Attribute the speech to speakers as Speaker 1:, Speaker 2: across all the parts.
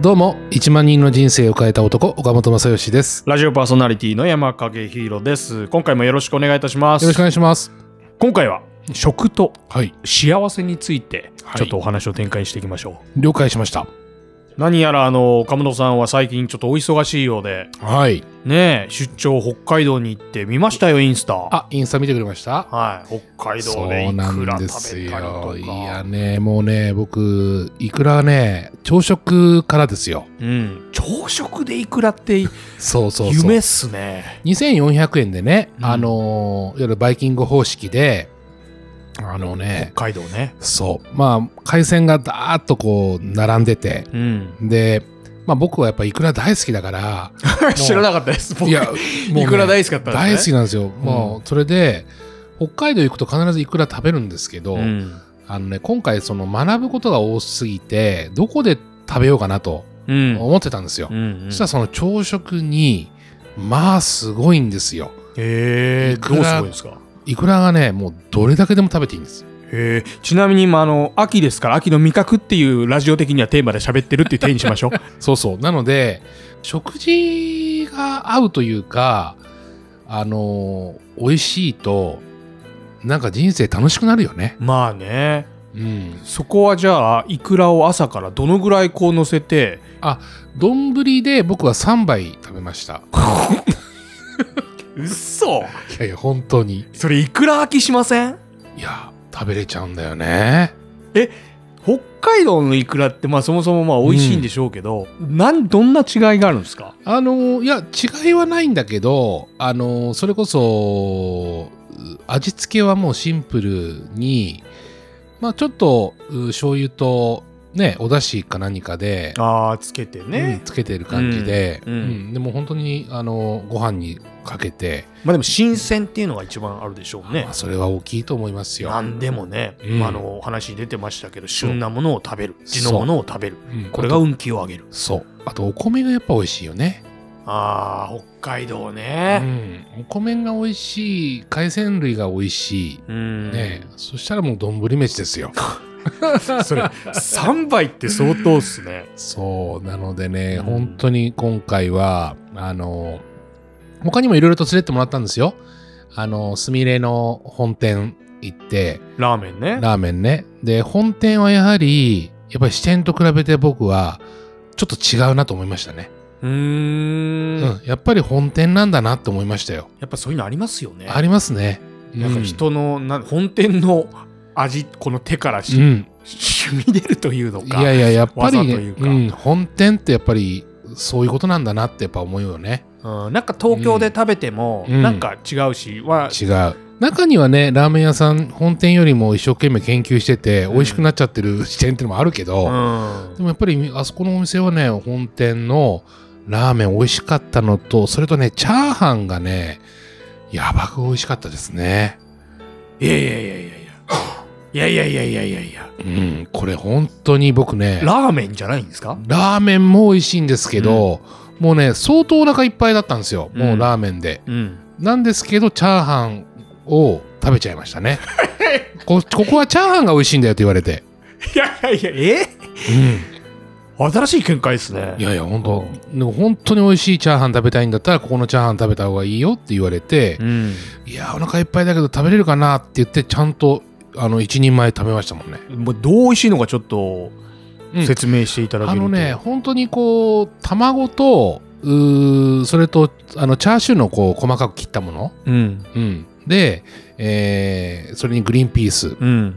Speaker 1: どうも1万人の人生を変えた男岡本正義です
Speaker 2: ラジオパーソナリティの山影ヒーローです。今回もよろしくお願いいたします。
Speaker 1: よろしくお願いします
Speaker 2: 今回は食と
Speaker 1: はい
Speaker 2: 幸せについて
Speaker 1: はい
Speaker 2: ちょっとお話を展開していきましょう。
Speaker 1: 了解しました
Speaker 2: 何やらあの岡本さんは最近ちょっとお忙しいようで、
Speaker 1: はい
Speaker 2: ねえ出張北海道に行って見ましたよインスタ。
Speaker 1: あインスタ見てくれました
Speaker 2: はい北海
Speaker 1: そ
Speaker 2: 道
Speaker 1: う
Speaker 2: でい
Speaker 1: なん
Speaker 2: くら
Speaker 1: です
Speaker 2: 食べたり
Speaker 1: よ
Speaker 2: と
Speaker 1: いや
Speaker 2: か。
Speaker 1: ねもうね僕いくらね朝食からですよ
Speaker 2: うん、朝食でいくらって
Speaker 1: そうそうそう
Speaker 2: 夢っすね。
Speaker 1: 2400円でね、
Speaker 2: うん
Speaker 1: あのーいわゆるバイキング方式であのね
Speaker 2: 北海道ね。
Speaker 1: そうまあ海鮮がダーッとこう並んでて
Speaker 2: うん、
Speaker 1: でまあ僕はやっぱいくら大好きだから
Speaker 2: 知らなかったです。僕
Speaker 1: いや、もうね
Speaker 2: いくら大好きだったんですね
Speaker 1: 大好きなんですよ。もう、それで、北海道行くと必ずいくら食べるんですけど、
Speaker 2: うん
Speaker 1: あのね、今回その学ぶことが多すぎて、どこで食べようかなと
Speaker 2: うん
Speaker 1: 思ってたんですよ。
Speaker 2: うんうん
Speaker 1: そしたらその朝食に、まあすごいんですよ。
Speaker 2: え
Speaker 1: い
Speaker 2: ー、
Speaker 1: く
Speaker 2: どうす
Speaker 1: ら
Speaker 2: ごいんですか
Speaker 1: いくらがね、もうどれだけでも食べていいんです。
Speaker 2: えー、ちなみに今あの秋ですから秋の味覚っていうラジオ的にはテーマで喋ってるっていう体にしましょう
Speaker 1: そうそう。なので、食事が合うというか、あの美味しいと、なんか人生楽しくなるよね。
Speaker 2: まあね
Speaker 1: うん。
Speaker 2: そこはじゃあいくらを朝からどのぐらいこう乗せて
Speaker 1: 丼で僕は3杯食べました。
Speaker 2: うっそ
Speaker 1: いやいや、本当に。
Speaker 2: それいくら飽きしません
Speaker 1: いや、食べれちゃうんだよね。
Speaker 2: 北海道のいくらってまあそもそもまあ美味しいんでしょうけど、なんどんな違いがあるんですか
Speaker 1: あの、いや、違いはないんだけど、あの、それこそ、う味付けはもうシンプルに、まあちょっと、う醤油と、ね、お出汁か何かで、
Speaker 2: あーつけて
Speaker 1: うん
Speaker 2: ね、
Speaker 1: つけてる感じで、
Speaker 2: う
Speaker 1: うんん
Speaker 2: うん
Speaker 1: でも本当に、あの、ご飯にかけて、
Speaker 2: まあでも新鮮っていうのが一番あるでしょうね
Speaker 1: まあ、それは大きいと思いますよ。
Speaker 2: 何でもね、
Speaker 1: うん
Speaker 2: まあ、あのお話に出てましたけど旬なものを食べる地の
Speaker 1: そう
Speaker 2: ものを食べる
Speaker 1: うん
Speaker 2: これが
Speaker 1: あと
Speaker 2: 運気を上げる
Speaker 1: そう。あと、お米がやっぱ美味しいよね。
Speaker 2: あー北海道
Speaker 1: う
Speaker 2: ね
Speaker 1: ん、お米が美味しい海鮮類が美味しい、
Speaker 2: うん、
Speaker 1: ねえそしたらもう丼飯です よ
Speaker 2: それ3杯って相当っすね
Speaker 1: そうなのでね、
Speaker 2: うん
Speaker 1: 本当に今回はあの他にもいろいろと連れてってもらったんですよあのすみれの本店行って
Speaker 2: ラーメンね
Speaker 1: ラーメンねで本店はやはりやっぱり支店と比べて僕はちょっと違うなと思いましたね、
Speaker 2: う
Speaker 1: う
Speaker 2: ー
Speaker 1: んんやっぱり本店なんだなって思いましたよ、
Speaker 2: やっぱそういうのありますよね
Speaker 1: ありますね
Speaker 2: なんか人の、な本店の味この手からし、
Speaker 1: うんうん
Speaker 2: 染み出るというの
Speaker 1: い
Speaker 2: か
Speaker 1: やいややっぱり、
Speaker 2: 技
Speaker 1: ね
Speaker 2: というか
Speaker 1: ん、本店ってやっぱりそういうことなんだなってやっぱ思うよね
Speaker 2: うん、なんか東京で食べても、
Speaker 1: うん
Speaker 2: なんか違うしは、
Speaker 1: 違う中にはねラーメン屋さん本店よりも一生懸命研究してて、
Speaker 2: うん
Speaker 1: 美味しくなっちゃってる支店ってのもあるけど、
Speaker 2: うん
Speaker 1: でもやっぱりあそこのお店はね本店のラーメン美味しかったのとそれとねチャーハンがねやばく美味しかったですね
Speaker 2: いやいやいやいやいやいやいやいやいやいや
Speaker 1: うんこれ本当に僕ね
Speaker 2: ラーメンじゃないんですか
Speaker 1: ラーメンも美味しいんですけど、もうね相当お腹いっぱいだったんですよ、もうラーメンで
Speaker 2: うん
Speaker 1: なんですけど、チャーハンを食べちゃいましたね。こここはチャーハンが美味しいんだよと言われて。
Speaker 2: いやいやいやえ新しい見解ですね
Speaker 1: いやいや、本当でも本当に美味しいチャーハン食べたいんだったら、ここのチャーハン食べた方がいいよって言われて、
Speaker 2: うん
Speaker 1: いや、お腹いっぱいだけど食べれるかなって言って、ちゃんと、あの、一人前食べましたもんね。
Speaker 2: もうどう美味しいのかちょっと
Speaker 1: うん
Speaker 2: 説明していただけ
Speaker 1: あ
Speaker 2: ると、
Speaker 1: のね、本当にこう、卵と、うーそれと、あの、チャーシューのこう、細かく切ったもの。
Speaker 2: うん
Speaker 1: うん。で、えーそれにグリーンピース。
Speaker 2: うん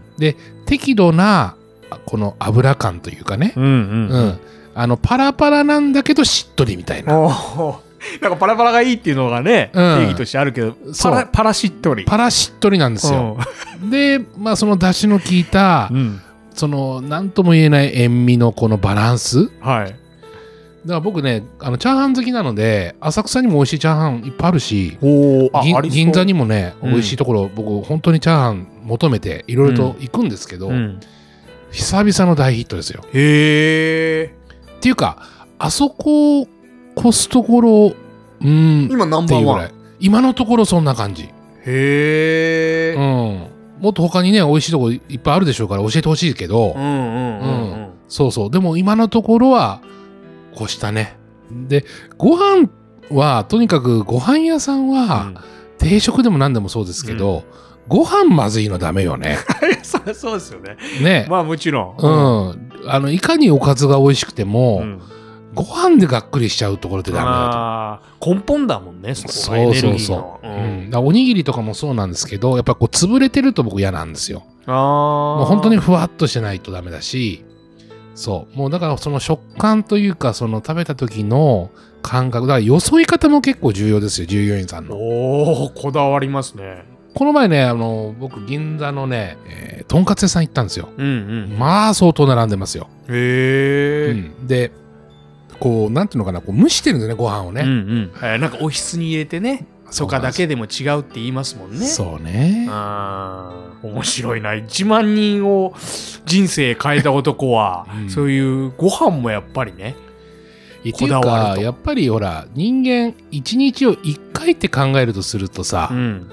Speaker 1: 適度なあこの油感というかね、
Speaker 2: うんうん
Speaker 1: うんあのパラパラなんだけどしっとりみたいな
Speaker 2: おーなんかパラパラがいいっていうのがね、
Speaker 1: うん
Speaker 2: 定義としてあるけどパ
Speaker 1: そ
Speaker 2: ラ
Speaker 1: う
Speaker 2: パラしっとり
Speaker 1: パラしっとりなんですよ、で、まあ、その出汁の効いた
Speaker 2: うんうん
Speaker 1: その何とも言えない塩味のこのバランスだか
Speaker 2: はい
Speaker 1: ら僕ねあのチャーハン好きなので浅草にも美味しいチャーハンいっぱいあるし
Speaker 2: おーあ
Speaker 1: 銀
Speaker 2: ありそう
Speaker 1: 銀座にもね
Speaker 2: うん
Speaker 1: 美味しいところ、僕本当にチャーハン求めていろいろと行くんですけど、
Speaker 2: うん
Speaker 1: 久々の大ヒットですよ
Speaker 2: へえ
Speaker 1: っていうかあそこコストコロうん
Speaker 2: 今ナン
Speaker 1: って
Speaker 2: バ
Speaker 1: い
Speaker 2: ー
Speaker 1: うぐ
Speaker 2: ワ
Speaker 1: ら
Speaker 2: ン
Speaker 1: い今のところそんな感じ、
Speaker 2: へ
Speaker 1: うん、
Speaker 2: え、
Speaker 1: もっと他にね美味しいとこいっぱいあるでしょうから教えてほしいけど、
Speaker 2: うん、うんうんうん
Speaker 1: そうそうでも今のところは越したね。で、ご飯は、とにかくご飯屋さんは、定食でも何でもそうですけど、ご飯まずいのダメよ ね。
Speaker 2: そりゃそうですよね。
Speaker 1: ね。
Speaker 2: まあもちろ。
Speaker 1: うんあの、いかにおかずが美味しくても、
Speaker 2: うん
Speaker 1: ご飯でがっくりしちゃうところってダメだ
Speaker 2: あー根本だもんね、そこ
Speaker 1: そ
Speaker 2: が
Speaker 1: う
Speaker 2: エネルギー
Speaker 1: そう
Speaker 2: の
Speaker 1: そと。
Speaker 2: う
Speaker 1: うん、
Speaker 2: ん
Speaker 1: だからおにぎりとかもそうなんですけど、やっぱこう潰れてると僕嫌なんですよ。
Speaker 2: あー
Speaker 1: もう本当にふわっとしてないとダメだし、そう。もうだからその食感というか、その食べた時の感覚、だからよそい方も結構重要ですよ、従業員さんの。
Speaker 2: おおこだわりますね。
Speaker 1: この前ね、あの、僕銀座のね、えーとんかつ屋さん行ったんですよ。
Speaker 2: うんうん。
Speaker 1: まあ相当並んでますよ。
Speaker 2: へえ。
Speaker 1: うんで、こう、なんていうのかな、こう蒸してるんですね、ご飯を
Speaker 2: うんう
Speaker 1: ね。
Speaker 2: んえーなんかおひつに入れてね
Speaker 1: そ
Speaker 2: と
Speaker 1: うな
Speaker 2: か
Speaker 1: んで
Speaker 2: だ
Speaker 1: す
Speaker 2: けでも違うって言いますもんね。
Speaker 1: そうね。
Speaker 2: あー面白いな1万人を人生変えた男は、
Speaker 1: うん
Speaker 2: そういうご飯もやっぱりね
Speaker 1: っていう
Speaker 2: こだわ
Speaker 1: か
Speaker 2: ると
Speaker 1: やっぱりほら人間一日を一回って考えるとするとさ、
Speaker 2: ん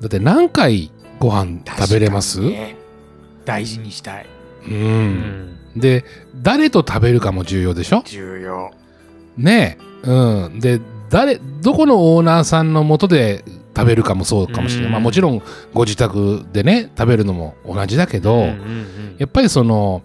Speaker 1: だって何回ご飯食べれます、
Speaker 2: 確かにね大事にしたい、
Speaker 1: う
Speaker 2: うん
Speaker 1: ん、で誰と食べるかも重要でしょ
Speaker 2: 重要
Speaker 1: ねえうんで誰どこのオーナーさんのもとで食べるかもそうかもしれない、
Speaker 2: うん
Speaker 1: まあ、もちろんご自宅でね食べるのも同じだけど、
Speaker 2: うんうんうん
Speaker 1: やっぱりその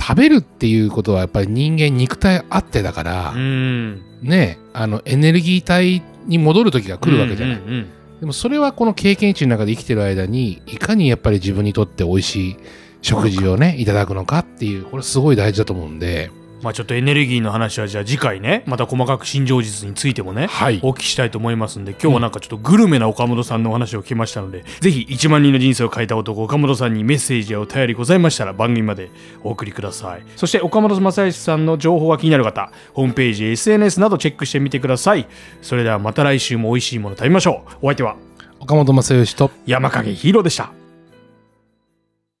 Speaker 1: 食べるっていうことはやっぱり人間肉体あってだから、
Speaker 2: うん
Speaker 1: ねえあのエネルギー体に戻る時が来るわけじゃない、
Speaker 2: うんうんうん
Speaker 1: でもそれはこの経験値の中で生きてる間にいかにやっぱり自分にとって美味しい食事をねいただくのかっていうこれすごい大事だと思うんで
Speaker 2: まあちょっとエネルギーの話はじゃあ次回ねまた細かく新情実についてもね
Speaker 1: はい
Speaker 2: お聞きしたいと思いますんで今日はなんかちょっとグルメな岡本さんのお話を聞きましたのでぜひ1万人の人生を変えた男岡本さんにメッセージやお便りございましたら番組までお送りくださいそして岡本正義さんの情報が気になる方ホームページ SNS などチェックしてみてくださいそれではまた来週も美味しいもの食べましょうお相手は
Speaker 1: 岡本正義と
Speaker 2: 山影ヒーローでした